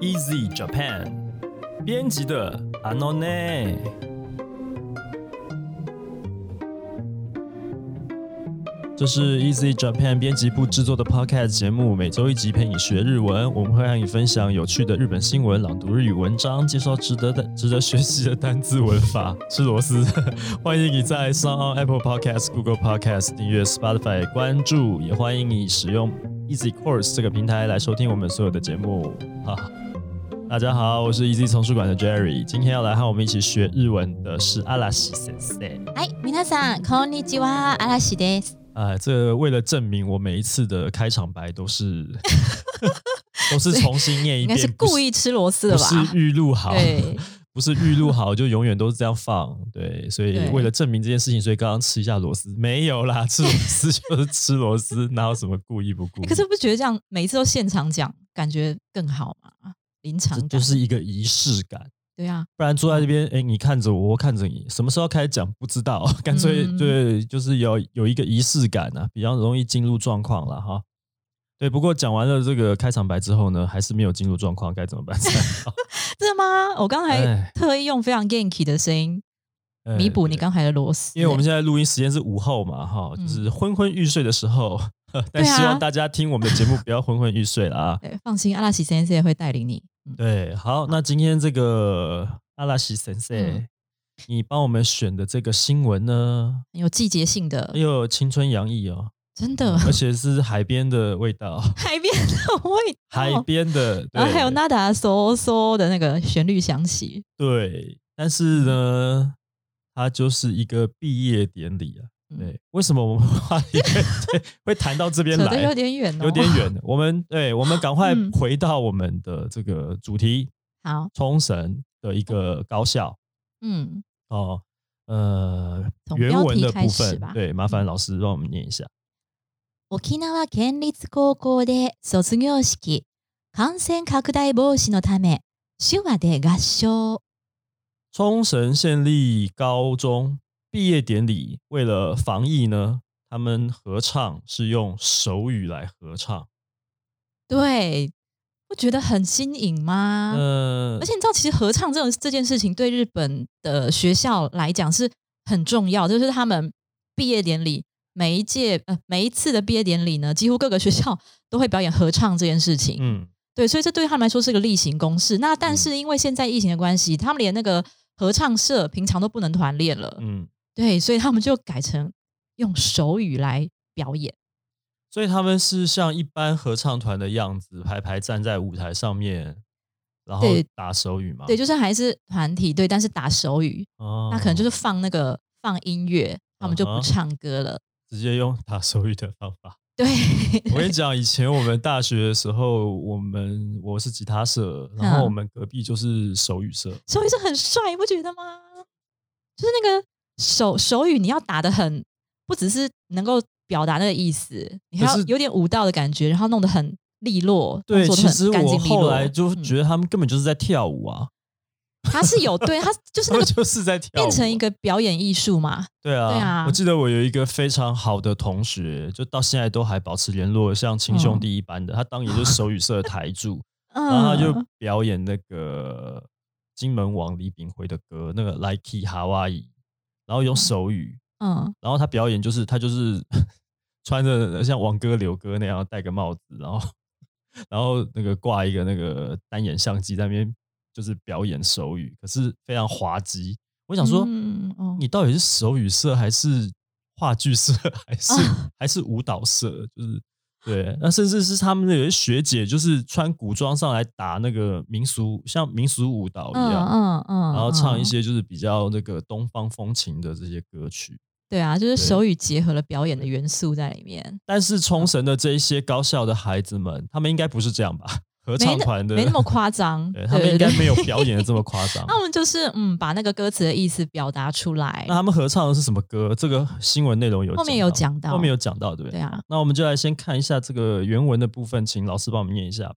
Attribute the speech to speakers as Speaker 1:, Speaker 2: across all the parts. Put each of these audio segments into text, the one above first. Speaker 1: Easy Japan 编辑的 a n o n e 这是 Easy Japan 编辑部制作的 Podcast 节目，每周一集陪你学日文。我们会让你分享有趣的日本新闻、朗读日语文章，介绍值得的、值得学习的单字文法。吃螺丝， 欢迎你在 s o n Apple Podcast、Google Podcast 订阅 Spotify 关注，也欢迎你使用 Easy Course 这个平台来收听我们所有的节目。哈哈，大家好，我是 Easy 丛书馆的 Jerry，今天要来和我们一起学日文的是阿拉西先生。
Speaker 2: はい、皆さん、こんにちは、嵐です。
Speaker 1: 哎，这为了证明我每一次的开场白都是 都是重新念一
Speaker 2: 应该
Speaker 1: 遍，
Speaker 2: 是故意吃螺丝
Speaker 1: 不
Speaker 2: 的
Speaker 1: 是
Speaker 2: 吧？
Speaker 1: 不是预录好，
Speaker 2: 对，
Speaker 1: 不是预录好就永远都是这样放。对，所以
Speaker 2: 对
Speaker 1: 为了证明这件事情，所以刚刚吃一下螺丝，没有啦，吃螺丝就是吃螺 丝，哪有什么故意不故意？
Speaker 2: 哎可是不觉得这样每一次都现场讲，感觉更好吗？临场
Speaker 1: 这
Speaker 2: 感，
Speaker 1: 就是一个仪式感。
Speaker 2: 对啊，
Speaker 1: 不然坐在这边，哎、你看着我，我看着你，什么时候开始讲不知道， 干脆、
Speaker 2: 嗯
Speaker 1: 对，就是有有一个仪式感啊，比较容易进入状况了哈。对，不过讲完了这个开场白之后呢，还是没有进入状况，该怎么办才 好？
Speaker 2: 真的吗？我刚才
Speaker 1: 哎
Speaker 2: 特意用非常 Genki 的声音
Speaker 1: 哎
Speaker 2: 弥补你
Speaker 1: 对
Speaker 2: 刚才的螺丝，
Speaker 1: 因为我们现在录音时间是午后嘛，哈，
Speaker 2: 嗯
Speaker 1: 就是昏昏欲睡的时候， 但
Speaker 2: 对啊
Speaker 1: 希望大家听我们的节目不要昏昏欲睡了 啊。
Speaker 2: 对，放心，阿拉西先生会带领你。嗯
Speaker 1: 对，好，那今天这个阿拉西先生，
Speaker 2: 嗯
Speaker 1: 你帮我们选的这个新闻呢，
Speaker 2: 很有季节性的
Speaker 1: 很，有青春洋溢哦。
Speaker 2: 真的，
Speaker 1: 而且是海边的味道，
Speaker 2: 海边的味
Speaker 1: 海
Speaker 2: 道，
Speaker 1: 边的，
Speaker 2: 然后
Speaker 1: 对
Speaker 2: 还有那达嗦嗦的那个旋律响起，
Speaker 1: 对，但是呢，它就是一个毕业典礼啊。
Speaker 2: 嗯
Speaker 1: 对，为什么我们话题 会对会谈到这边
Speaker 2: 扯得有
Speaker 1: 来？
Speaker 2: 点远哦，
Speaker 1: 有点远，我 们对，我们赶快
Speaker 2: 嗯
Speaker 1: 回到我们的这个主题，
Speaker 2: 好，
Speaker 1: 冲绳的一个高校
Speaker 2: 嗯，
Speaker 1: 哦，呃，
Speaker 2: 从
Speaker 1: 原
Speaker 2: 标
Speaker 1: 文
Speaker 2: 题
Speaker 1: 的
Speaker 2: 开
Speaker 1: 部
Speaker 2: 始
Speaker 1: 分
Speaker 2: 吧，嗯
Speaker 1: 对，麻烦老师让我们念一下。
Speaker 2: 沖縄県立高校で卒業式、感染拡大防止のため、手話で合唱。
Speaker 1: 冲绳县立高中毕业典礼，为了防疫呢，他们合唱是用手语来合唱。
Speaker 2: 对，不觉得很新颖吗？
Speaker 1: 呃
Speaker 2: 啊而，且你知道，其实合唱这种这件事情对日本的学校来讲是很重要，就是他们毕业典礼每一届呃每一次的毕业典礼呢，几乎各个学校都会表演合唱这件事情。
Speaker 1: 嗯，
Speaker 2: 对，所以这对他们来说是个例行公事。那但是因为现在疫情的关系，他们连那个合唱社平常都不能团练了。
Speaker 1: 嗯，
Speaker 2: 对，所以他们就改成用手语来表演。
Speaker 1: 所以他们是像一般合唱团的样子，排排站在舞台上面，然后
Speaker 2: 对
Speaker 1: 打手语嘛。
Speaker 2: 对，就是还是团体对，但是打手语，
Speaker 1: 哦
Speaker 2: 那可能就是放那个放音乐，他们就
Speaker 1: 嗯
Speaker 2: 不
Speaker 1: 哼
Speaker 2: 唱歌了。
Speaker 1: 直接用打手语的方法。我
Speaker 2: 对，
Speaker 1: 跟你讲，以前我们大学的时候，我们我是吉他社，然
Speaker 2: 嗯
Speaker 1: 后我们隔壁就是手语社。
Speaker 2: 手语是很帅，你不觉得吗？就是那个手手语，你要打的很，不只是能够表达那个意思，你还
Speaker 1: 可
Speaker 2: 要
Speaker 1: 是
Speaker 2: 有点舞蹈的感觉，然后弄得很利落，
Speaker 1: 对，
Speaker 2: 动作
Speaker 1: 其
Speaker 2: 都
Speaker 1: 实
Speaker 2: 很干
Speaker 1: 我
Speaker 2: 净利
Speaker 1: 后
Speaker 2: 落
Speaker 1: 来就
Speaker 2: 嗯
Speaker 1: 觉得他们根本就是在跳舞 啊，
Speaker 2: 他是 有对他就是
Speaker 1: 他
Speaker 2: 那
Speaker 1: 们
Speaker 2: 个
Speaker 1: 就是在跳舞啊，
Speaker 2: 变成一个表演艺术嘛，
Speaker 1: 对啊，
Speaker 2: 对啊
Speaker 1: 我记得我有一个非常好的同学，就到现在都还保持联络，像亲兄弟一般的。他当年就是手语社的台 柱，
Speaker 2: 嗯，
Speaker 1: 然后他就表演那个金门王李炳辉的歌，那个《Like Hawaii》，然后用手语，
Speaker 2: 嗯
Speaker 1: 然后他表演就是他就是 穿着像王哥刘哥那样戴个帽子，然后然后那个挂一个那个单眼相机在那边就是表演手语，可是非常滑稽。我想说，
Speaker 2: 嗯哦
Speaker 1: 你到底是手语社还是话剧社还是、
Speaker 2: 啊
Speaker 1: 还是舞蹈社？就是对，那甚至是他们的有些学姐就是穿古装上来打那个民俗，像民俗舞蹈一样。
Speaker 2: 嗯嗯嗯，
Speaker 1: 然后唱一
Speaker 2: 嗯
Speaker 1: 些就是比较那个东方风情的这些歌曲，
Speaker 2: 对啊，就
Speaker 1: 对
Speaker 2: 是手语结合了表演的元素在里面，
Speaker 1: 但是
Speaker 2: 嗯
Speaker 1: 冲绳的这一些高校的孩子们，他们应该不是这样 吧？合
Speaker 2: 没
Speaker 1: 唱
Speaker 2: 那
Speaker 1: 团的
Speaker 2: 没那么夸 张，
Speaker 1: 对
Speaker 2: 对
Speaker 1: 他们
Speaker 2: 对
Speaker 1: 应该
Speaker 2: 对
Speaker 1: 没有表演的 这么夸张。
Speaker 2: 那我们就是嗯，把那个歌词的意思表达出来
Speaker 1: 那。他们合唱的是什么歌？这个新闻内容有
Speaker 2: 后面有讲到
Speaker 1: 后面有讲到，对不对
Speaker 2: 对？啊，
Speaker 1: 那我们就来先看一下这个原文的部分，请老师帮我们念一下。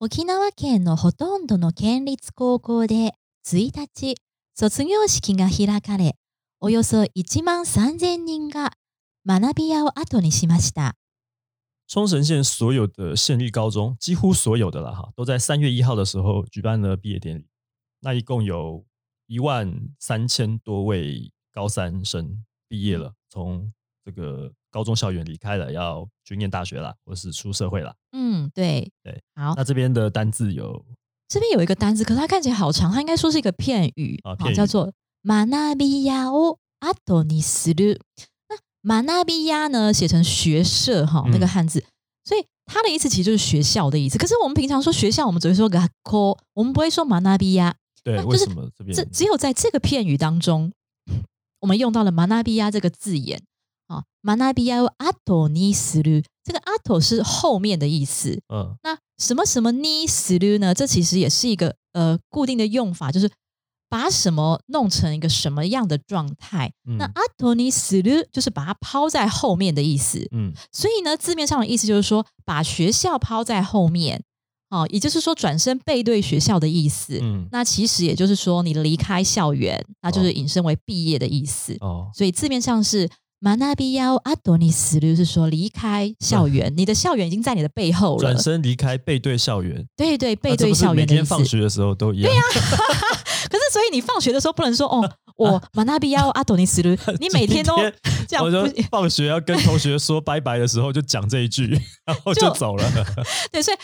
Speaker 2: 沖縄県のほとんどの県立高校で1日卒業式が開かれ、およそ1万3000人が学び屋を後にしました。
Speaker 1: 冲绳县所有的县立高中，几乎所有的啦哈，都在三月一号的时候举办了毕业典礼。那一共有一万三千多位高三生毕业了，从这个高中校园离开了，要去念大学啦，或是出社会啦。
Speaker 2: 嗯，对
Speaker 1: 对。
Speaker 2: 好，
Speaker 1: 那这边的单字有
Speaker 2: 这边有一个单字，可是它看起来好长，它应该说是一个片语，
Speaker 1: 啊
Speaker 2: 好
Speaker 1: 片语
Speaker 2: 叫做马纳比亚哦阿多尼斯鲁。那马纳比亚呢，写成学社哈、
Speaker 1: 嗯
Speaker 2: 那个汉字，所以它的意思其实就是学校的意思。可是我们平常说学校，我们只会说 g a k o 我们不会说马纳比亚。
Speaker 1: 对，
Speaker 2: 那就
Speaker 1: 为
Speaker 2: 是
Speaker 1: 什么这边
Speaker 2: 这只有在这个片语当中，我们用到了马纳比亚这个字眼啊，马纳比亚阿多尼斯鲁，这个阿多是后面的意思，
Speaker 1: 嗯
Speaker 2: 那什么什么呢死噜呢？这其实也是一个呃固定的用法，就是把什么弄成一个什么样的状态。
Speaker 1: 嗯
Speaker 2: 那阿托尼死噜就是把它抛在后面的意思。
Speaker 1: 嗯
Speaker 2: 所以呢，字面上的意思就是说把学校抛在后面，哦，也就是说转身背对学校的意思。
Speaker 1: 嗯
Speaker 2: 那其实也就是说你离开校园，那就是引申为毕业的意思。
Speaker 1: 哦
Speaker 2: 所以字面上是。马纳比亚阿多尼斯噜是说离开校园，你的校园已经在你的背后了。
Speaker 1: 转身离开，背对校园，
Speaker 2: 对对，
Speaker 1: 那
Speaker 2: 背
Speaker 1: 这
Speaker 2: 对
Speaker 1: 不是
Speaker 2: 校
Speaker 1: 每
Speaker 2: 园的意
Speaker 1: 天
Speaker 2: 思。
Speaker 1: 放学的时候都一样。对呀，
Speaker 2: 可是，所以你放学的时候不能说哦，我马纳比亚阿多尼斯鲁， 你每天 都这样
Speaker 1: 我
Speaker 2: 不
Speaker 1: 就
Speaker 2: 行。
Speaker 1: 放学要跟同学说拜拜的时候，就讲这一 句，然后就
Speaker 2: 就
Speaker 1: 走了。
Speaker 2: 对，所以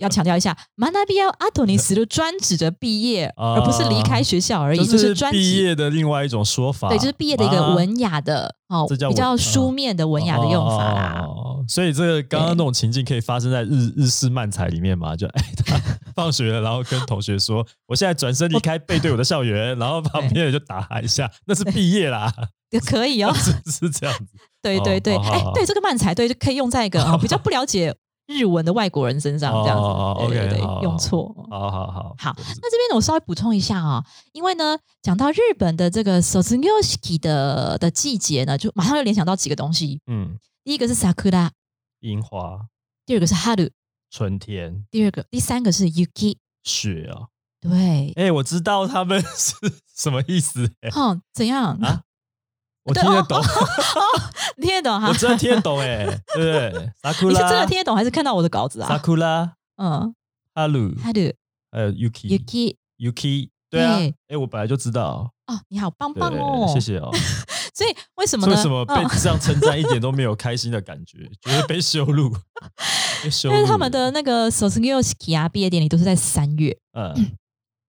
Speaker 2: 要强调一下，马纳比亚阿多尼斯鲁专指着毕业，
Speaker 1: 啊
Speaker 2: 而不是离开学校而已，就是专
Speaker 1: 毕
Speaker 2: 指。
Speaker 1: 业的另外一种说法，
Speaker 2: 对，就是毕业的一个
Speaker 1: 啊
Speaker 2: 文雅的哦
Speaker 1: 这叫，
Speaker 2: 比较
Speaker 1: 文
Speaker 2: 书面的文雅的用法啦。
Speaker 1: 哦所以这个刚刚那种情境可以发生在日日式漫才里面嘛？就哎， 他放学了，然后跟同学说：“我现在转身离开，背对我的校园。”然后旁边人就打他一 下，那是毕业啦，，
Speaker 2: 也可以哦
Speaker 1: 是是这样子。
Speaker 2: 对对对，
Speaker 1: 哦好
Speaker 2: 哎
Speaker 1: 好，
Speaker 2: 对这个漫才，对，就可以用在一个哦比较不了解日文的外国人身上，这样
Speaker 1: 哦哦
Speaker 2: 子，对对
Speaker 1: OK，
Speaker 2: 对
Speaker 1: 好好，
Speaker 2: 用错。
Speaker 1: 好好好，
Speaker 2: 好，那这边呢，我稍微补充一下啊、因为呢，讲到日本的这个 s o s u n y o s h i 的的季节呢，就马上就联想到几个东西。
Speaker 1: 嗯，
Speaker 2: 第一个是 sakura，
Speaker 1: 樱花、
Speaker 2: 第二个是 haru，
Speaker 1: 春天、
Speaker 2: 第二个、第三个是 yuki。
Speaker 1: 雪啊，
Speaker 2: 对，
Speaker 1: 哎，我知道他们是什么意思，哎
Speaker 2: 哼、怎样？
Speaker 1: 啊我
Speaker 2: 对
Speaker 1: 听得
Speaker 2: 哦
Speaker 1: 懂，
Speaker 2: 你 听得懂 哈？
Speaker 1: 我真的
Speaker 2: 你
Speaker 1: 听得啊懂，哎，对不对？萨库
Speaker 2: 是真的
Speaker 1: 拉，
Speaker 2: 听得懂，还是看到我的稿子
Speaker 1: 萨
Speaker 2: 啊？
Speaker 1: 库拉，
Speaker 2: 嗯
Speaker 1: 哈鲁，
Speaker 2: ，haru
Speaker 1: 还有 Yuki。
Speaker 2: yuki。
Speaker 1: Yuki，对啊，哎
Speaker 2: 对、
Speaker 1: 我本来就知道，
Speaker 2: 哦，你好棒
Speaker 1: 对，
Speaker 2: 棒哦！
Speaker 1: 谢。谢哦。
Speaker 2: 所以为什么呢？
Speaker 1: 为什么被
Speaker 2: 嗯
Speaker 1: 这样称赞一点都没有开心的感觉，觉得被羞辱？ 被羞
Speaker 2: 因
Speaker 1: 辱。
Speaker 2: 为他们的那个 s o s u n y o s h i 啊，毕业典礼都是在三月。
Speaker 1: 嗯，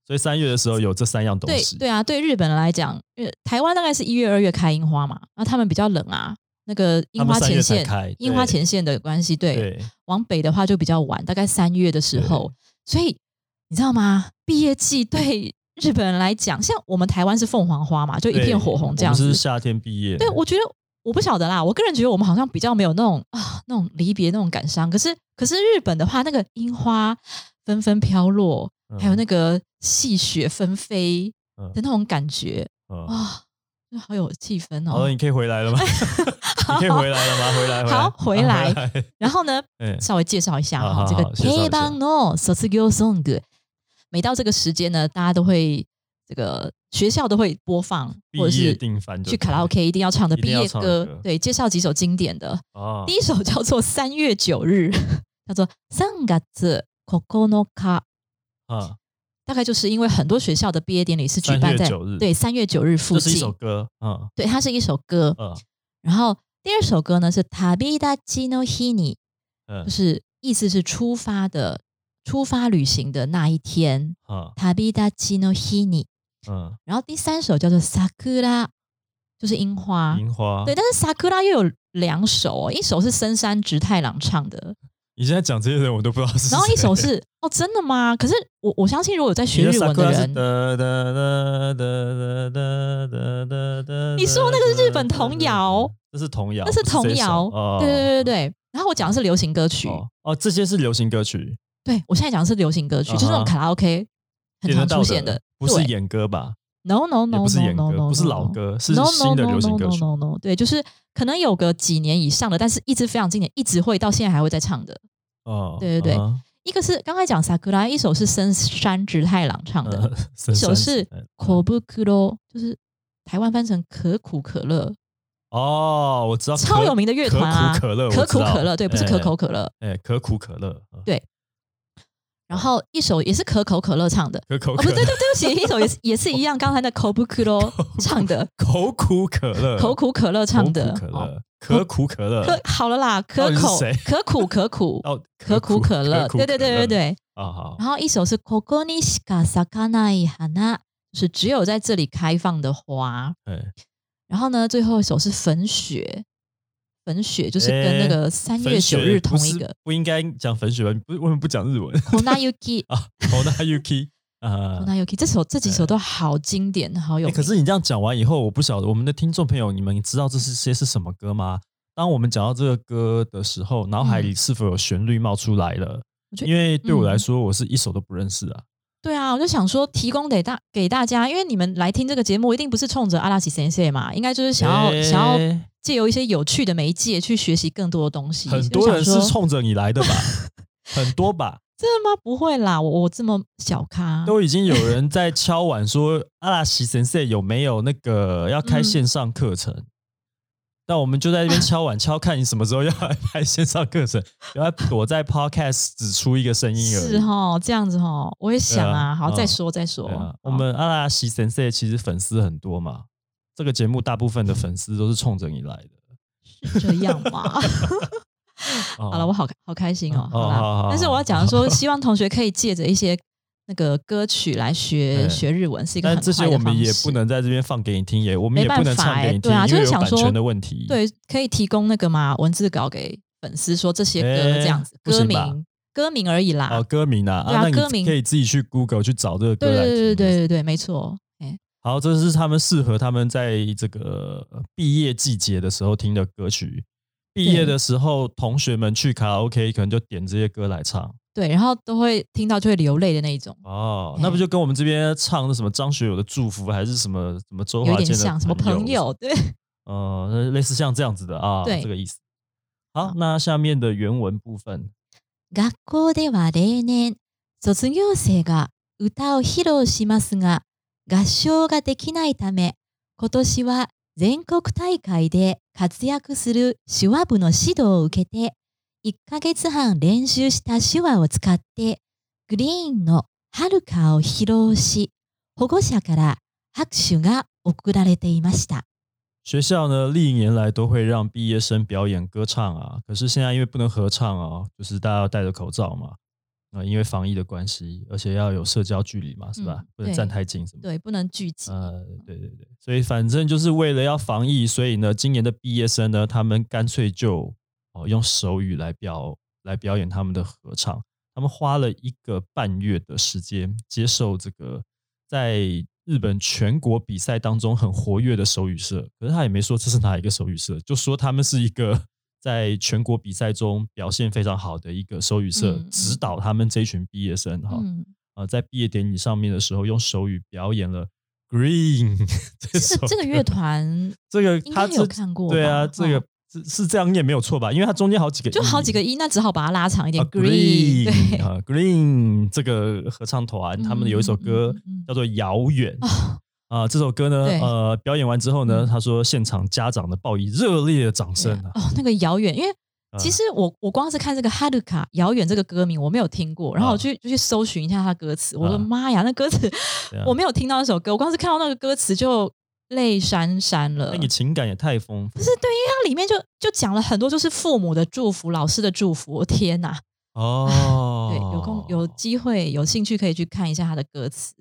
Speaker 1: 所以三月的时候有这三样东
Speaker 2: 对
Speaker 1: 西。
Speaker 2: 对啊，对日本人来讲，因为台湾大概是一月、二月开樱花嘛，那他们比较冷啊，那个樱花
Speaker 1: 他们
Speaker 2: 前
Speaker 1: 三月才
Speaker 2: 线
Speaker 1: 开，
Speaker 2: 樱花
Speaker 1: 对
Speaker 2: 前线的关系，对，
Speaker 1: 对
Speaker 2: 往北的话就比较晚，大概三月的时候，所以你知道吗？毕业季对日本人来讲，像我们台湾是凤凰花嘛，就一
Speaker 1: 对
Speaker 2: 片火红这样
Speaker 1: 我
Speaker 2: 子
Speaker 1: 们是。夏天毕业，
Speaker 2: 对，我觉得我不晓得啦，我个人觉得我们好像比较没有那种啊那种离别那种感伤，可是可是日本的话，那个樱花纷纷飘落，
Speaker 1: 嗯
Speaker 2: 还有那个细雪纷飞
Speaker 1: 嗯
Speaker 2: 的那种感觉
Speaker 1: 嗯
Speaker 2: 啊，就好有气氛
Speaker 1: 好了，
Speaker 2: 哦。
Speaker 1: 你可以回来了 吗？你可以回来了吗？回来，
Speaker 2: 好回 来
Speaker 1: 啊回来
Speaker 2: 然后呢，
Speaker 1: 哎，
Speaker 2: 稍微介绍一下
Speaker 1: 好好
Speaker 2: 哈
Speaker 1: 好，
Speaker 2: 这个
Speaker 1: 啊介绍一下
Speaker 2: 定番の卒業ソング，每到这个时间呢，大家都会这个学校都会播放，
Speaker 1: 毕
Speaker 2: 或者
Speaker 1: 业
Speaker 2: 是
Speaker 1: 定番就对
Speaker 2: 去卡拉
Speaker 1: 了
Speaker 2: OK 一定要唱的
Speaker 1: 一定
Speaker 2: 毕
Speaker 1: 要
Speaker 2: 业
Speaker 1: 唱的歌
Speaker 2: 歌，对，介绍几首经典的。
Speaker 1: 啊
Speaker 2: 第一首叫做《三月九日》，叫做“三月九日
Speaker 1: 啊，”，
Speaker 2: 大概就是因为很多学校的毕业典礼是举办在
Speaker 1: 3月9日
Speaker 2: 对三月九日附
Speaker 1: 这是一
Speaker 2: 近，
Speaker 1: 首歌，嗯
Speaker 2: 对，它是一首歌。
Speaker 1: 嗯
Speaker 2: 然后第二首歌呢是《旅立ちの日に
Speaker 1: 嗯
Speaker 2: 就，是意思是出发的、出发旅行的那一天，
Speaker 1: 啊
Speaker 2: 《旅立ちの日に
Speaker 1: 嗯，
Speaker 2: 然后第三首叫做《sakura》，就是樱花。
Speaker 1: 樱花，
Speaker 2: 啊对，但是《sakura》又有两首、哦，一首是深山直太郎唱的，
Speaker 1: 你现在讲这些人，我都不知道 是谁。
Speaker 2: 然后 一首是哦，真的吗？可是我我相信，如果有在学
Speaker 1: 你
Speaker 2: 日
Speaker 1: 的
Speaker 2: 文的
Speaker 1: sakura 是
Speaker 2: 人，
Speaker 1: 哒哒哒哒哒哒哒哒嗯
Speaker 2: 你说那个是日本童谣，
Speaker 1: 这是童谣，
Speaker 2: 那是童谣
Speaker 1: 不是这首哦、
Speaker 2: 对对对对对。然后我讲的是流行歌曲，
Speaker 1: 哦哦，这些是流行歌曲，
Speaker 2: 对我现在讲的是流行歌曲，就是那
Speaker 1: 啊哈
Speaker 2: 种卡拉 OK 很
Speaker 1: 点得
Speaker 2: 常
Speaker 1: 到
Speaker 2: 出现的，
Speaker 1: 不是
Speaker 2: 对
Speaker 1: 演歌吧？
Speaker 2: No
Speaker 1: 也
Speaker 2: no no
Speaker 1: 不是
Speaker 2: no
Speaker 1: 演
Speaker 2: no
Speaker 1: 歌，
Speaker 2: no，
Speaker 1: 不是老
Speaker 2: no
Speaker 1: 歌，是新的流行歌
Speaker 2: No no
Speaker 1: 曲
Speaker 2: no no no no，对，就是可能有个几年以上的，但是一直非常经典，一直会到现在还会在唱的。
Speaker 1: 哦。
Speaker 2: 对对对
Speaker 1: 啊
Speaker 2: 一个是刚才讲《sakura》，一首是深山直太郎唱的，
Speaker 1: 嗯深
Speaker 2: 一首
Speaker 1: 山
Speaker 2: 是
Speaker 1: 寺
Speaker 2: 可不可乐》，就是台湾翻成可苦可乐，
Speaker 1: 哦，我知道，
Speaker 2: 超
Speaker 1: 可
Speaker 2: 有名的乐团啊
Speaker 1: 可口可乐，
Speaker 2: 可
Speaker 1: 我知
Speaker 2: 口
Speaker 1: 道
Speaker 2: 可乐，对，不是可口，可乐。
Speaker 1: 哎、哎可苦可乐，啊
Speaker 2: 然后一首也是可口可乐唱的，
Speaker 1: 可口
Speaker 2: 哦，
Speaker 1: 可
Speaker 2: 不对，
Speaker 1: 乐，
Speaker 2: 对，对不起，一首也是也是一样，刚才那 k o b u k u r o 唱的，
Speaker 1: 口苦可乐，
Speaker 2: 口苦可乐唱的
Speaker 1: 嗯口苦可，
Speaker 2: 哦
Speaker 1: 乐，可苦可乐，
Speaker 2: 可好了啦，可
Speaker 1: 底是
Speaker 2: 口
Speaker 1: 谁
Speaker 2: 可苦可苦
Speaker 1: 哦，
Speaker 2: 可苦可乐，
Speaker 1: 可苦
Speaker 2: 对对对对
Speaker 1: 可乐，
Speaker 2: 对。
Speaker 1: 啊好，
Speaker 2: 然后一首是 “Koko ni shika sakanai hana”，就是只有在这里开放的花。
Speaker 1: 哎，
Speaker 2: 然后呢，最后一首是“粉雪”，粉雪就是跟那个三月
Speaker 1: 粉
Speaker 2: 九
Speaker 1: 雪
Speaker 2: 日
Speaker 1: 不
Speaker 2: 同一
Speaker 1: 是
Speaker 2: 个
Speaker 1: 不应该讲粉雪吧？你不为什么不讲日文
Speaker 2: “Konayuki”。
Speaker 1: 啊？Onayuki 啊。
Speaker 2: Konayuki 这首这几首都好经典，好有
Speaker 1: 哎
Speaker 2: 名。
Speaker 1: 可是你这样讲完以后，我不晓得我们的听众朋友，你们知道这是些是什么歌吗？当我们讲到这个歌的时候，脑海里是否有旋律冒出来了？
Speaker 2: 嗯我觉得
Speaker 1: 因为对我来
Speaker 2: 嗯
Speaker 1: 说，我是一首都不认识啊。
Speaker 2: 对啊，我就想说提供给大给大家，因为你们来听这个节目，一定不是冲着阿拉西先生嘛，应该就是想要、
Speaker 1: 哎
Speaker 2: 想要借由一些有趣的媒介去学习更多的东西。
Speaker 1: 很多人
Speaker 2: 就想
Speaker 1: 是
Speaker 2: 说
Speaker 1: 冲着你来的吧？ 很多吧，
Speaker 2: 真的吗？不会啦，我我这么小咖，
Speaker 1: 都已经有人在敲碗说阿拉西神社有没有那个要开线上课
Speaker 2: 嗯
Speaker 1: 程？那我们就在那边敲碗敲，看你什么时候要来拍线上课程， 然后躲在 podcast 只出一个声音而已。
Speaker 2: 是哦，这样子哦，我也想啊，
Speaker 1: 对啊
Speaker 2: 好，
Speaker 1: 嗯
Speaker 2: 再说再说。
Speaker 1: 对啊，
Speaker 2: 好
Speaker 1: 我们阿拉西神社其实粉丝很多嘛，这个节目大部分的粉丝都是冲着你来的。
Speaker 2: 是这样 嘛？
Speaker 1: 哦
Speaker 2: 好了，我好好开心哦，
Speaker 1: 哦
Speaker 2: 好啦。
Speaker 1: 好好
Speaker 2: 但是我要
Speaker 1: 好
Speaker 2: 讲的说，希望同学可以借着一些那个歌曲来学
Speaker 1: 对
Speaker 2: 学日文，是一个很
Speaker 1: 但
Speaker 2: 快
Speaker 1: 这
Speaker 2: 的
Speaker 1: 些我们
Speaker 2: 方
Speaker 1: 也
Speaker 2: 式
Speaker 1: 不能在这边放给你听，也我们也
Speaker 2: 没办
Speaker 1: 不能
Speaker 2: 法
Speaker 1: 唱
Speaker 2: 欸
Speaker 1: 给你听，
Speaker 2: 对
Speaker 1: 因
Speaker 2: 啊
Speaker 1: 为
Speaker 2: 就是
Speaker 1: 有
Speaker 2: 想
Speaker 1: 版
Speaker 2: 说
Speaker 1: 权的问题。
Speaker 2: 对，可以提供那个嘛文字稿给粉丝说这些歌
Speaker 1: 诶
Speaker 2: 这样子，
Speaker 1: 不
Speaker 2: 歌
Speaker 1: 行吧
Speaker 2: 名歌名而已啦。
Speaker 1: 哦，歌名啊，
Speaker 2: 对啊
Speaker 1: 那你
Speaker 2: 歌名
Speaker 1: 可以自己去 Google 去找这个歌
Speaker 2: 对
Speaker 1: 来听。
Speaker 2: 对对对对对，没错。哎，
Speaker 1: 好，这是他们适合他们在这个毕业季节的时候听的歌曲。毕业的时候，同学们去卡拉 OK 可能就点这些歌来唱
Speaker 2: 对，然后都会听到就会流泪的那一种，
Speaker 1: 哦，
Speaker 2: 嘿
Speaker 1: 那不就跟我们这边唱的什么张学友的祝福，还是什么什么周
Speaker 2: 有一
Speaker 1: 华
Speaker 2: 点
Speaker 1: 健的
Speaker 2: 像什么朋友，对，
Speaker 1: 呃，类似像这样子的啊，
Speaker 2: 对
Speaker 1: 这个意思。好，那下面的原文部分，
Speaker 2: 学校では例年、卒業生が歌を披露しますが、合唱ができないため、今年は全国大会で活躍する手話部の指導を受けて、1ヶ月半練習した手話を使って、グリーンの遥かを披露し、保護者から拍手が送られていました。
Speaker 1: 学校呢，历年来都会让毕业生表演歌唱啊，可是现在因为不能合唱啊，就是大家要戴着口罩嘛，啊、因为防疫的关系，而且要有社交距离嘛，是吧？
Speaker 2: 嗯
Speaker 1: 不能
Speaker 2: 对
Speaker 1: 站太近什么的。
Speaker 2: 对，不能聚集。
Speaker 1: 呃，对对对，所以反正就是为了要防疫，所以呢，今年的毕业生呢，他们干脆就哦用手语来表来表演他们的合唱。他们花了一个半月的时间接受这个在日本全国比赛当中很活跃的手语社，可是他也没说这是哪一个手语社，就说他们是一个在全国比赛中表现非常好的一个手语社，
Speaker 2: 嗯嗯
Speaker 1: 指导他们这一群毕业生哈。
Speaker 2: 嗯，
Speaker 1: 呃，在毕业典礼上面的时候，用手语表演了《Green 这》
Speaker 2: 这个
Speaker 1: 首
Speaker 2: 这个
Speaker 1: 歌
Speaker 2: 乐，团
Speaker 1: 这个
Speaker 2: 应
Speaker 1: 他
Speaker 2: 该有
Speaker 1: 这
Speaker 2: 看过吧，
Speaker 1: 对啊，这
Speaker 2: 哦
Speaker 1: 个是是这样念没有错吧？因为它中间好几个 E，
Speaker 2: 就好几个一，那只好把它拉长一点。
Speaker 1: 啊
Speaker 2: green，对，
Speaker 1: 啊，Green 这个合唱团， 他们有一首歌
Speaker 2: 嗯嗯嗯嗯
Speaker 1: 叫做《遥远》
Speaker 2: 哦，
Speaker 1: 啊，这首歌呢，
Speaker 2: 对
Speaker 1: 呃，表演完之后呢，
Speaker 2: 嗯
Speaker 1: 他说现场家长的报以热烈的掌声啊，
Speaker 2: 哦，那个遥远，因为
Speaker 1: 啊
Speaker 2: 其实我我光是看这个《哈鲁卡遥远》这个歌名，我没有听过，然后我去就去搜寻一下它的歌词，我的
Speaker 1: 啊
Speaker 2: 妈呀，那歌词
Speaker 1: 对啊
Speaker 2: 我没有听到那首歌，我光是看到那个歌词就泪潸潸了
Speaker 1: 那。你情感也太丰富
Speaker 2: 不是对，因为它里面就就讲了很多，就是父母的祝福、老师的祝福。我天哪，
Speaker 1: 哦，
Speaker 2: 对，有空有机会有兴趣可以去看一下它的歌词。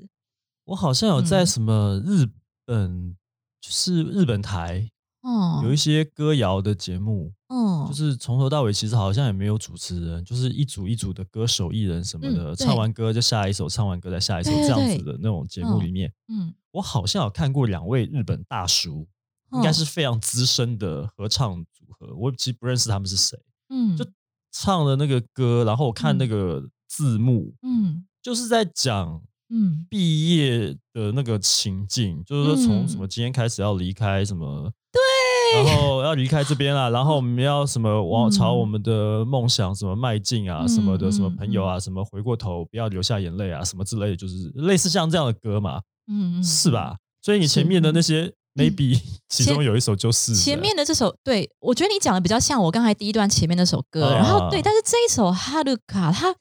Speaker 1: 我好像有在
Speaker 2: 嗯
Speaker 1: 什么日本，就是日本台
Speaker 2: 哦，
Speaker 1: 有一些歌谣的节目，
Speaker 2: 嗯，
Speaker 1: 就是从头到尾其实好像也没有主持人，就是一组一组的歌手、艺人什么的，
Speaker 2: 嗯对
Speaker 1: 唱完歌就下一首，唱完歌再下一首
Speaker 2: 对对
Speaker 1: 这样
Speaker 2: 对
Speaker 1: 子的那种节目里面，
Speaker 2: 嗯，
Speaker 1: 我好像有看过两位日本大叔，应该
Speaker 2: 嗯
Speaker 1: 是非常资深的合唱组合，我其实不认识他们是谁，
Speaker 2: 嗯，
Speaker 1: 就唱的那个歌，然后我看那
Speaker 2: 嗯
Speaker 1: 个字幕，
Speaker 2: 嗯
Speaker 1: 就是在讲。
Speaker 2: 嗯
Speaker 1: 毕业的那个情境，就是说从
Speaker 2: 嗯
Speaker 1: 什么今天开始要离开什么，对，然后要离开这边啦，啊然后我们要什么往
Speaker 2: 嗯
Speaker 1: 朝我们的梦想什么迈进啊，
Speaker 2: 嗯
Speaker 1: 什么的，
Speaker 2: 嗯
Speaker 1: 什么朋友啊，什么回过头不要流下眼泪啊，什么之类的，就是类似像这样的歌嘛，
Speaker 2: 嗯，嗯嗯
Speaker 1: 是吧？所以你前面的那些 maybe 其中有一首就是
Speaker 2: 前面的这首，对我觉得你讲的比较像我刚才第一段前面那首歌，
Speaker 1: 啊
Speaker 2: 然后对，但是这一首《哈鲁卡》它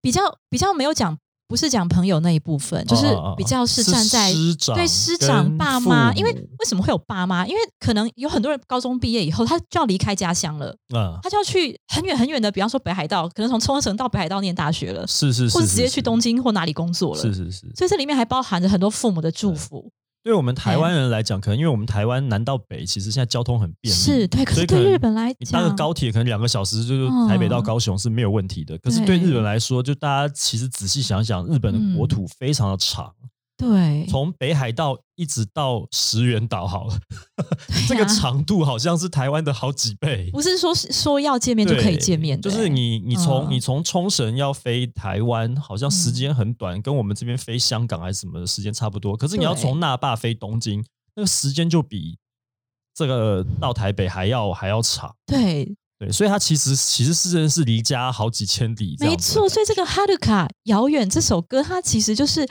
Speaker 2: 比较比较没有讲，不是讲朋友那一部分，
Speaker 1: 啊
Speaker 2: 就是比较是站在
Speaker 1: 师长
Speaker 2: 对师长、
Speaker 1: 跟
Speaker 2: 爸妈，
Speaker 1: 父
Speaker 2: 因为
Speaker 1: 母
Speaker 2: 为什么会有爸妈？因为可能有很多人高中毕业以后，他就要离开家乡了，
Speaker 1: 啊，
Speaker 2: 他就要去很远很远的，比方说北海道，可能从冲绳到北海道念大学了，
Speaker 1: 是是是，
Speaker 2: 或者直接
Speaker 1: 是
Speaker 2: 去东京或哪里工作了。
Speaker 1: 是是是，
Speaker 2: 所以这里面还包含着很多父母的祝福，
Speaker 1: 对我们台湾人来讲，可能因为我们台湾南到北，其实现在交通很便利，
Speaker 2: 是对。可
Speaker 1: 所
Speaker 2: 是
Speaker 1: 以可
Speaker 2: 对
Speaker 1: 能
Speaker 2: 日本来
Speaker 1: 你搭个
Speaker 2: 讲，
Speaker 1: 高铁可能两个小时就是
Speaker 2: 嗯
Speaker 1: 台北到高雄是没有问题的。可是对
Speaker 2: 对嗯
Speaker 1: 日本来说，就大家其实仔细想想，日本的国土非常的长，
Speaker 2: 对，
Speaker 1: 从北海道一直到石垣岛好了， 这
Speaker 2: 对
Speaker 1: 个
Speaker 2: 啊
Speaker 1: 长度好像是台湾的好几倍。
Speaker 2: 不是说说要见面就
Speaker 1: 对
Speaker 2: 可以见面的
Speaker 1: 就
Speaker 2: 欸，
Speaker 1: 是你你从、
Speaker 2: 嗯
Speaker 1: 你从冲绳要飞台湾，好像时间很短，跟我们这边飞香港还是什么的时间差不多。可是你要
Speaker 2: 对
Speaker 1: 从那霸飞东京，那个时间就比这个到台北还要还要长。
Speaker 2: 对，
Speaker 1: 对，所以他其实其实是真的是离家好几千里这
Speaker 2: 没
Speaker 1: 样子的感
Speaker 2: 错。
Speaker 1: 觉。
Speaker 2: 所以这个《哈鲁卡遥远》这首歌，它其实就是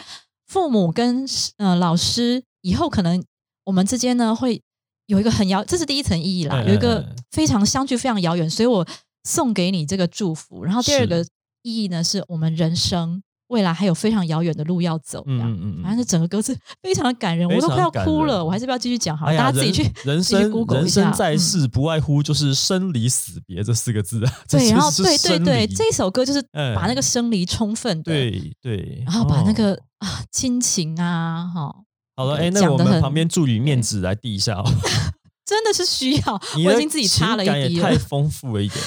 Speaker 2: 父母跟呃老师以后可能我们之间呢会有一个很遥，这是第一层意义啦，
Speaker 1: 嗯
Speaker 2: 有一个
Speaker 1: 嗯嗯
Speaker 2: 非常相距非常遥远，所以我送给你这个祝福。然后第二
Speaker 1: 是
Speaker 2: 个意义呢，是我们人生未来还有非常遥远的路要走。
Speaker 1: 嗯
Speaker 2: 这样
Speaker 1: 嗯嗯嗯
Speaker 2: 反正这整个歌词非常的感人，我都快要
Speaker 1: 非常感
Speaker 2: 哭
Speaker 1: 人
Speaker 2: 了，我还是不要继续讲好了，
Speaker 1: 哎呀，
Speaker 2: 大家自己去
Speaker 1: 人人
Speaker 2: 自己去
Speaker 1: 生
Speaker 2: Google 一
Speaker 1: 人
Speaker 2: 下嗯
Speaker 1: 生在世，不外乎就是生离死别这四个字啊。这
Speaker 2: 对，然后
Speaker 1: 就是
Speaker 2: 对对
Speaker 1: 生
Speaker 2: 对，
Speaker 1: 离
Speaker 2: 这首歌就是
Speaker 1: 嗯
Speaker 2: 把那个生离充分的，
Speaker 1: 对对，
Speaker 2: 然后把那
Speaker 1: 哦
Speaker 2: 个、啊亲情啊，哈、
Speaker 1: 好了，
Speaker 2: 对
Speaker 1: 哎，那
Speaker 2: 讲
Speaker 1: 我
Speaker 2: 得
Speaker 1: 们
Speaker 2: 很
Speaker 1: 旁边助理面子来递一 下哦。
Speaker 2: 真的是需要，
Speaker 1: 你
Speaker 2: 我
Speaker 1: 的
Speaker 2: 已经自己插了一
Speaker 1: 情感
Speaker 2: 滴
Speaker 1: 也
Speaker 2: 了
Speaker 1: 太。丰富了一 点。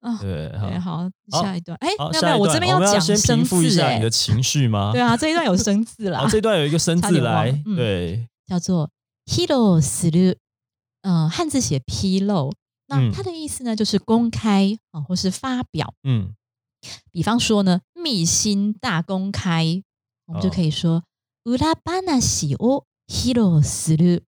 Speaker 2: 啊
Speaker 1: 对，好
Speaker 2: 对，好，
Speaker 1: 好
Speaker 2: 下一段，哎，
Speaker 1: 好，
Speaker 2: 没有
Speaker 1: 下
Speaker 2: 没有，
Speaker 1: 一
Speaker 2: 我
Speaker 1: 段
Speaker 2: 这边
Speaker 1: 我们要
Speaker 2: 讲
Speaker 1: 先
Speaker 2: 生
Speaker 1: 平复一
Speaker 2: 字，
Speaker 1: 下你
Speaker 2: 哎
Speaker 1: 的，情绪吗？
Speaker 2: 对啊，这一段有生字 啦
Speaker 1: 好，，这段有一个生
Speaker 2: 差
Speaker 1: 字
Speaker 2: 点忘
Speaker 1: 来
Speaker 2: 了，嗯
Speaker 1: 对，
Speaker 2: 叫做 “hiro suru”，呃，汉字写披露，那
Speaker 1: 嗯
Speaker 2: 它的意思呢，就是公开啊、或是发表。
Speaker 1: 嗯，
Speaker 2: 比方说呢，密心大公开，我们就
Speaker 1: 哦
Speaker 2: 可以说“乌拉巴纳西哦披露死る”。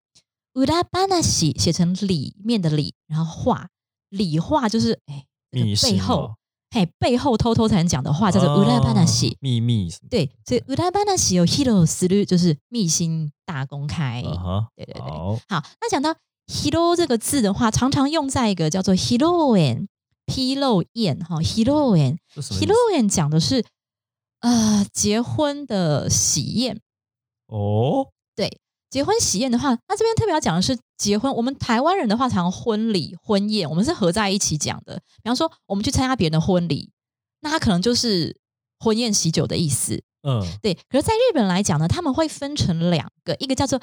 Speaker 2: 乌拉巴纳西写成里面的里，然后话里话就是哎、这个
Speaker 1: 密
Speaker 2: 背
Speaker 1: 信
Speaker 2: 后
Speaker 1: 哦
Speaker 2: 哎背后偷偷才能讲的啊话叫做乌拉巴纳西
Speaker 1: 哦。秘密什么
Speaker 2: 对，所以乌拉巴纳西有披露死る就是密心大公开。
Speaker 1: 的？啊哈，
Speaker 2: 对对对。
Speaker 1: 好，
Speaker 2: 好，那讲到 hero 这个字的话，常常用在一个叫做 heroine 披露宴哈 heroine
Speaker 1: 这什么意思
Speaker 2: heroine 讲的是呃结婚的喜宴，
Speaker 1: 哦，
Speaker 2: 结婚喜宴的话，那这边特别要讲的是结婚。我们台湾人的话，常婚礼、婚宴，我们是合在一起讲的。比方说，我们去参加别人的婚礼，那他可能就是婚宴喜酒的意思。
Speaker 1: 嗯，
Speaker 2: 对，可是在日本来讲呢，他们会分成两个，一个叫做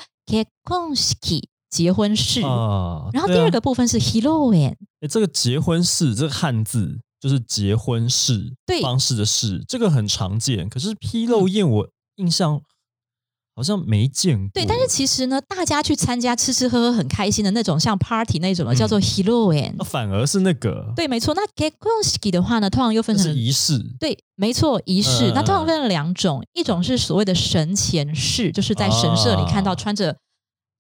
Speaker 2: kekonshiki 结婚式，
Speaker 1: 啊，
Speaker 2: 然后
Speaker 1: 对
Speaker 2: 第二
Speaker 1: 啊
Speaker 2: 个部分是 heroine，
Speaker 1: 诶这个结婚式这个汉字就是结婚式
Speaker 2: 对嗯
Speaker 1: 方式的式，这个很常见。可是披露宴我印象好像没见过。
Speaker 2: 对，但是其实呢，大家去参加吃吃喝喝很开心的那种，像 party 那种的，
Speaker 1: 嗯
Speaker 2: 叫做 heroine。
Speaker 1: 啊反而是那个
Speaker 2: 对，没错。那 g e k o n s k i 的话呢，通常又分
Speaker 1: 就
Speaker 2: 成
Speaker 1: 是仪式，
Speaker 2: 对，没错，仪式。
Speaker 1: 嗯
Speaker 2: 那通常分成两种，一种是所谓的神前式，就是在神社里看到
Speaker 1: 啊
Speaker 2: 穿着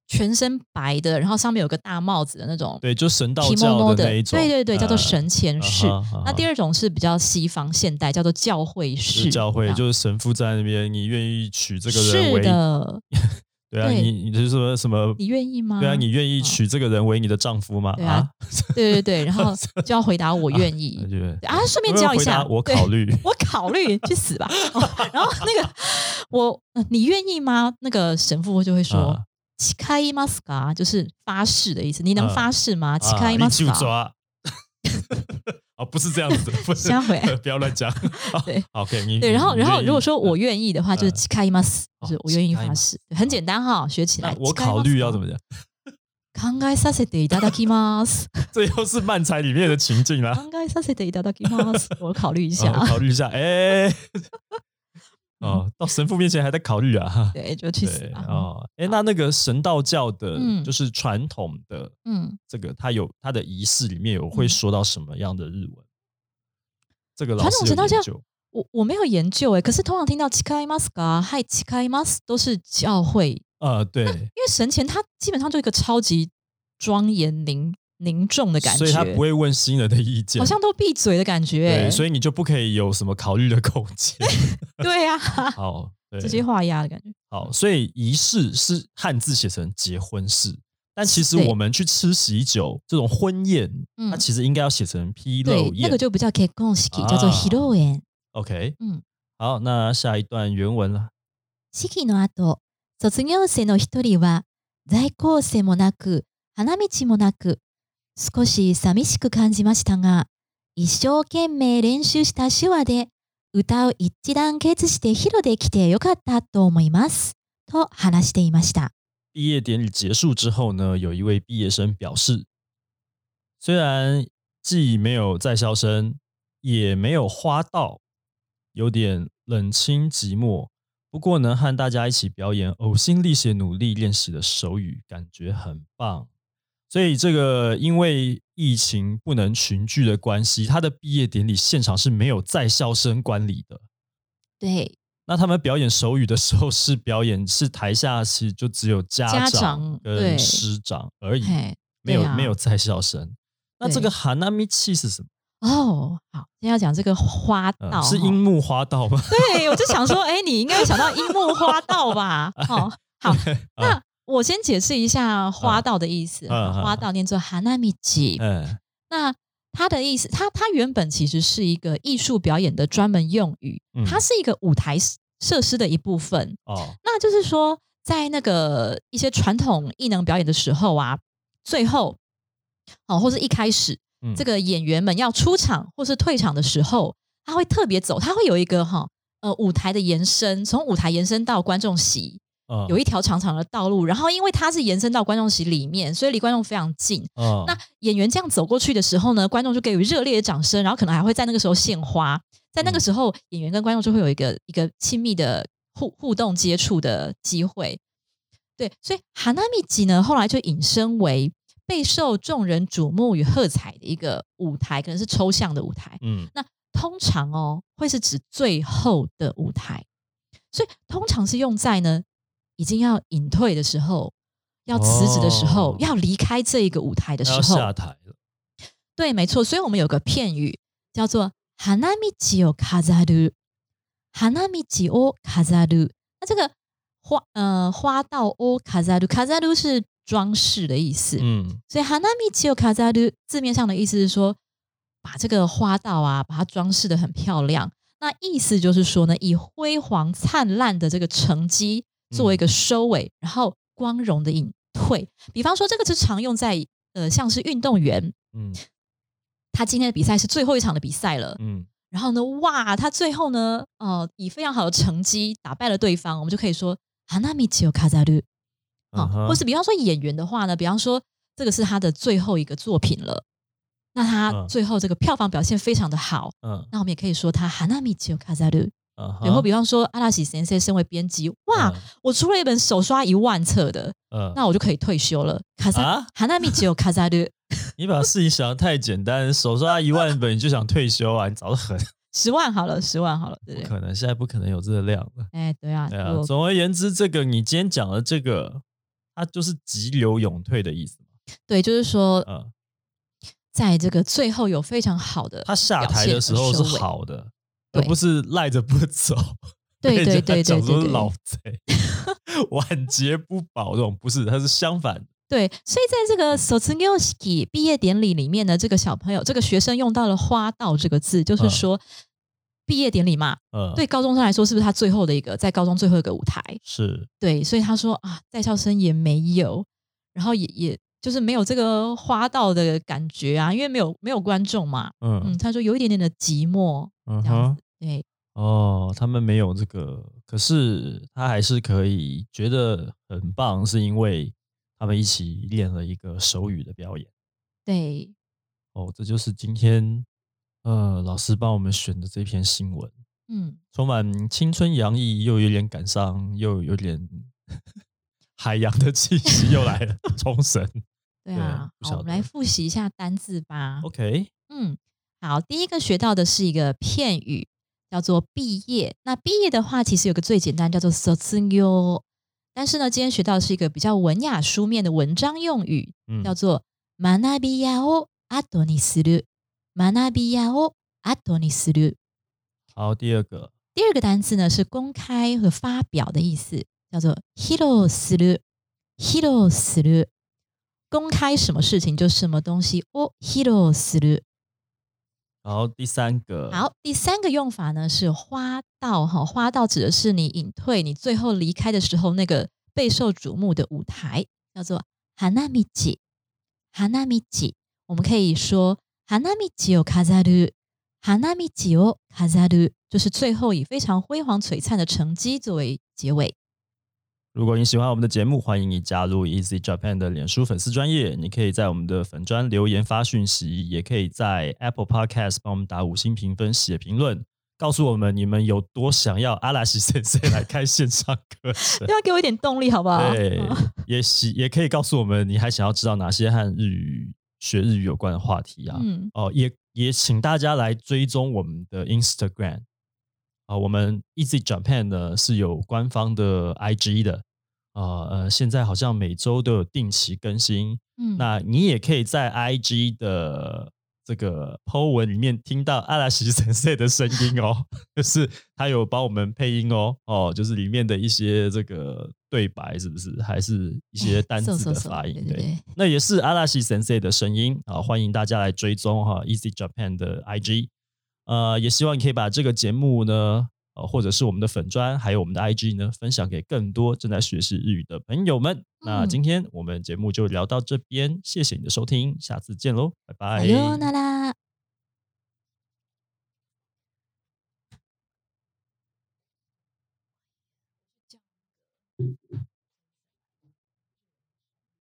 Speaker 2: 全身白的，然后上面有个大帽子的那种
Speaker 1: 对，就神道
Speaker 2: kimono
Speaker 1: 教
Speaker 2: 的
Speaker 1: 那一种，
Speaker 2: 对对对，叫做
Speaker 1: 嗯
Speaker 2: 神前式。
Speaker 1: 啊哈啊哈
Speaker 2: 那第二种是比较西方现代，叫做教会
Speaker 1: 就是
Speaker 2: 式。
Speaker 1: 教
Speaker 2: 这
Speaker 1: 会，
Speaker 2: 样
Speaker 1: 就是神父在那边，你愿意娶这个人
Speaker 2: 啊是
Speaker 1: 为
Speaker 2: 的，
Speaker 1: 对啊，
Speaker 2: 对
Speaker 1: 你你就是说什么
Speaker 2: 你愿意吗？
Speaker 1: 对啊，你愿意
Speaker 2: 嗯
Speaker 1: 娶这个人为你的丈夫吗？
Speaker 2: 对啊，对对对，然后就要回答我愿
Speaker 1: 那
Speaker 2: 意
Speaker 1: 就
Speaker 2: 对啊，顺
Speaker 1: 有
Speaker 2: 便
Speaker 1: 没有
Speaker 2: 教一
Speaker 1: 回答
Speaker 2: 下，
Speaker 1: 我
Speaker 2: 对
Speaker 1: 考 虑。啊
Speaker 2: 我考虑去死吧。 哦然后那个我、呃你愿意吗？那个神父就会说
Speaker 1: 啊，
Speaker 2: 乞开伊马斯嘎，就是发誓的意思。你能
Speaker 1: 嗯
Speaker 2: 发誓吗？乞
Speaker 1: 啊
Speaker 2: 开伊
Speaker 1: 你
Speaker 2: 马斯
Speaker 1: 就
Speaker 2: 嘎，
Speaker 1: 抓。啊，不是这样子的，不是
Speaker 2: 下 回
Speaker 1: 不要乱讲。好
Speaker 2: 对
Speaker 1: ，OK，你
Speaker 2: 对。然后，然后如果说我
Speaker 1: 愿
Speaker 2: 愿意的话，就是
Speaker 1: 嗯
Speaker 2: 乞开伊马斯，
Speaker 1: 哦
Speaker 2: 就是我愿意
Speaker 1: 乞
Speaker 2: 发
Speaker 1: 丐
Speaker 2: 誓，对很简单哈，学起来。
Speaker 1: 我考虑要怎
Speaker 2: 么？
Speaker 1: 么讲，
Speaker 2: 考えさせていただきます。
Speaker 1: 这又是漫才里面的情境啦。
Speaker 2: 考えさせていただきます。 我考虑一下
Speaker 1: 啊。我考虑一下，哎，
Speaker 2: 嗯
Speaker 1: 哦，到神父面前还在考虑啊。
Speaker 2: 对，就去死
Speaker 1: 对
Speaker 2: 吧。
Speaker 1: 哦，哎，那那个神道教的
Speaker 2: 嗯，
Speaker 1: 就是传统的
Speaker 2: 嗯，
Speaker 1: 这个，它有它的仪式里面有会
Speaker 2: 嗯
Speaker 1: 说到什么样的日文？这个老
Speaker 2: 传
Speaker 1: 师
Speaker 2: 统
Speaker 1: 有
Speaker 2: 神道
Speaker 1: 研
Speaker 2: 教
Speaker 1: 究
Speaker 2: 我我没有研究哎，可是通常听到乞开伊马斯嘎，嗨乞开伊马斯都是教会
Speaker 1: 呃，对，
Speaker 2: 因为神前他基本上就一个超级庄严凝凝重的感觉，
Speaker 1: 所以他不会问新人的意见，
Speaker 2: 好像都闭嘴的感觉、欸。
Speaker 1: 对，所以你就不可以有什么考虑的空 间。
Speaker 2: 对啊，
Speaker 1: 好，对，
Speaker 2: 直接画押的感觉。
Speaker 1: 好，所以仪式是汉字写成结婚式，但其实
Speaker 2: 对
Speaker 1: 我们去吃喜酒这种婚宴，
Speaker 2: 嗯
Speaker 1: 它其实应该要写成披
Speaker 2: 对
Speaker 1: 露，
Speaker 2: 那
Speaker 1: 宴
Speaker 2: 个。就不叫 k e k o n s k i 叫做
Speaker 1: 啊
Speaker 2: hiroen。
Speaker 1: OK，
Speaker 2: 嗯，
Speaker 1: 好，那下一段原文了。
Speaker 2: 式の後、卒業生の一人は、在校生もなく、花道もなく、少し寂しく感じましたが、一生懸命練習した手話で、歌を一致団結して披露できてよかったと思います。と話していました。
Speaker 1: 毕业典礼结束之后呢，有一位毕业生表示，虽然既没有在校生，也没有花道，有点冷清寂寞。不过呢，和大家一起表演，呕心沥血努力练习的手语，感觉很棒。所以这个因为疫情不能群聚的关系，他的毕业典礼现场是没有在校生观礼的。
Speaker 2: 对，
Speaker 1: 那他们表演手语的时候是表演是台下是就只有家
Speaker 2: 家
Speaker 1: 长
Speaker 2: 长
Speaker 1: 跟
Speaker 2: 对
Speaker 1: 师长而已，
Speaker 2: 嘿，
Speaker 1: 没有、
Speaker 2: 对啊
Speaker 1: 没有在校生。那这个哈纳米气是什么？
Speaker 2: 哦，好，今天要讲这个花
Speaker 1: 呃
Speaker 2: 道，
Speaker 1: 是
Speaker 2: 哈
Speaker 1: 樱木花道吗？
Speaker 2: 对，我就想说，哎、你应该想到樱木花道 吧？哦，好，那我先解释一下花道的意思。
Speaker 1: 嗯嗯
Speaker 2: 花道念 作 hanamichi，
Speaker 1: 嗯
Speaker 2: 那它的意思，它它原本其实是一个艺术表演的专门用语
Speaker 1: 嗯，
Speaker 2: 它是一个舞台设施的一部分。
Speaker 1: 哦
Speaker 2: 那就是说，在那个一些传统艺能表演的时候啊，最后哦，或是一开始，
Speaker 1: 嗯
Speaker 2: 这个演员们要出场或是退场的时候，他会特别走，他会有一个哈、呃舞台的延伸，从舞台延伸到观众席，
Speaker 1: 嗯
Speaker 2: 有一条长长的道路。然后因为它是延伸到观众席里面，所以离观众非常近。
Speaker 1: 嗯
Speaker 2: 那演员这样走过去的时候呢，观众就给予热烈的掌声，然后可能还会在那个时候献花。在那
Speaker 1: 嗯
Speaker 2: 个时候，演员跟观众就会有一个一个亲密的互互动接触的机会。对，所以哈纳米吉呢，后来就引申为备受众人瞩目与喝彩的一个舞台，可能是抽象的舞台。
Speaker 1: 嗯
Speaker 2: 那通常哦，会是指最后的舞台，所以通常是用在呢已经要隐退的时候，要辞职的时候，
Speaker 1: 哦
Speaker 2: 要离开这一个舞台的时
Speaker 1: 要下
Speaker 2: 候。
Speaker 1: 台了。
Speaker 2: 对，没错。所以我们有个片语叫做“花道を飾る”，花道を飾る。那这个花呃花道を飾る，飾る是装饰的意思。
Speaker 1: 嗯
Speaker 2: 所以花道を飾る字面上的意思是说，把这个花道啊，把它装饰的很漂亮。那意思就是说呢，以辉煌灿烂的这个成绩作为一个收尾，然后光荣的隐退。比方说，这个是常用在呃，像是运动员，
Speaker 1: 嗯
Speaker 2: 他今天的比赛是最后一场的比赛了，
Speaker 1: 嗯
Speaker 2: 然后呢，哇，他最后呢，呃，以非常好的成绩打败了对方，我们就可以说花道を飾る。啊、
Speaker 1: 嗯哼
Speaker 2: 或是比方说演员的话呢，比方说这个是他的最后一个作品了，那他
Speaker 1: 嗯
Speaker 2: 最后这个票房表现非常的好，
Speaker 1: 嗯
Speaker 2: 那我们也可以说他花道を飾る。
Speaker 1: 嗯哼，
Speaker 2: 对，或比方说阿拉西先生身为编辑，哇，我出了一本手刷一万册的，
Speaker 1: 嗯，嗯
Speaker 2: 那我就可以退休了。花
Speaker 1: 啊
Speaker 2: 道を飾る。
Speaker 1: 你把事情想的太简单，手刷一万本你就想退休啊？你早就很
Speaker 2: 十万好了，十万好了，对
Speaker 1: 不
Speaker 2: 不对？
Speaker 1: 可能，现在不可能有这个量了。
Speaker 2: 哎，对啊，
Speaker 1: 对啊，
Speaker 2: 我
Speaker 1: 总而言之，这个你今天讲的这个，它就是急流勇退的意思嘛。
Speaker 2: 对，就是说，
Speaker 1: 嗯，
Speaker 2: 在这个最后有非常好的
Speaker 1: 他下台的时候是好的，而
Speaker 2: 对
Speaker 1: 不是赖着不走。
Speaker 2: 对对对对对
Speaker 1: 讲说
Speaker 2: 对
Speaker 1: 是老贼，晚节不保这种不是，他是相反的。
Speaker 2: 对，所以在这
Speaker 1: 嗯
Speaker 2: 个 s o t s u n y o s k i 毕业典礼里面呢，这个小朋友、这个学生用到了“花道”这个字，
Speaker 1: 啊
Speaker 2: 就是说、毕业典礼嘛，
Speaker 1: 嗯，
Speaker 2: 对，高中生来说，是不是他最后的一个在高中最后一个舞台？
Speaker 1: 是，
Speaker 2: 对，所以他说啊，在校生也没有，然后也也就是没有这个花道的感觉啊，因为没有没有观众嘛。嗯，
Speaker 1: 嗯
Speaker 2: 他说有一点点的寂寞
Speaker 1: 嗯
Speaker 2: 这样
Speaker 1: 哼
Speaker 2: 子，，对，
Speaker 1: 哦，他们没有这个，可是他还是可以觉得很棒，是因为他们一起练了一个手语的表演。
Speaker 2: 对，
Speaker 1: 哦，这就是今天呃老师帮我们选的这篇新闻，
Speaker 2: 嗯，
Speaker 1: 充满青春洋溢，又有点感伤，又有点 海洋的气息又来了，冲绳。
Speaker 2: 对
Speaker 1: 对
Speaker 2: 啊。
Speaker 1: 不
Speaker 2: 好，我
Speaker 1: 晓
Speaker 2: 们
Speaker 1: 得哦
Speaker 2: 来复习一下单字吧。
Speaker 1: OK，
Speaker 2: 嗯，好，第一个学到的是一个片语，叫做毕业。那毕业的话，其实有个最简单叫做 s o t s u n y o 但是呢，今天学到的是一个比较文雅书面的文章用语，
Speaker 1: 嗯
Speaker 2: 叫做 manabiya o adoni suru。manabiya o adoni suru。
Speaker 1: 好，第二个
Speaker 2: 第二个单词呢是公开和发表的意思，叫做 hiro suru。hiro suru。公开什么事情就什么东西哦を披露する。
Speaker 1: 然后第三个，
Speaker 2: 好，第三个用法呢是花道哈，花道指的是你隐退，你最后离开的时候那个备受瞩目的舞台，叫做花道。花道，我们可以说花道を飾る，花道を飾る，就是最后以非常辉煌璀璨的成绩作为结尾。
Speaker 1: 如果你喜欢我们的节目，欢迎你加入 Easy Japan 的脸书粉丝专业。你可以在我们的粉专留言发讯息，也可以在 Apple Podcast 帮我们打五星评分、写评论，告诉我们你们有多想要阿拉西先生来开线上课程。
Speaker 2: 要给我一点动力，好不好？嗯
Speaker 1: 对，也喜也可以告诉我们你还想要知道哪些和日语学日语有关的话题啊。
Speaker 2: 嗯，
Speaker 1: 哦，也也请大家来追踪我们的 Instagram 啊、我们 Easy Japan 呢是有官方的 IG 的啊呃，现在好像每周都有定期更新，
Speaker 2: 嗯
Speaker 1: 那你也可以在 IG 的这个 Po 文里面听到阿拉西神社的声音哦， 就是他有帮我们配音哦，哦，就是里面的一些这个对白是不是，还是一些单
Speaker 2: 嗖
Speaker 1: 字
Speaker 2: 嗖
Speaker 1: 的
Speaker 2: 嗖
Speaker 1: 发音
Speaker 2: 对对对。
Speaker 1: 那也是阿拉西神社的声音啊，欢迎大家来追踪哈、Easy Japan 的 IG，呃，也希望你可以把这个节目呢，呃，或者是我们的粉砖，还有我们的 IG 呢，分享给更多正在学习日语的朋友们。那今天我们节目就聊到这边，谢谢你的收听，下次见喽，拜拜。
Speaker 2: さようなら。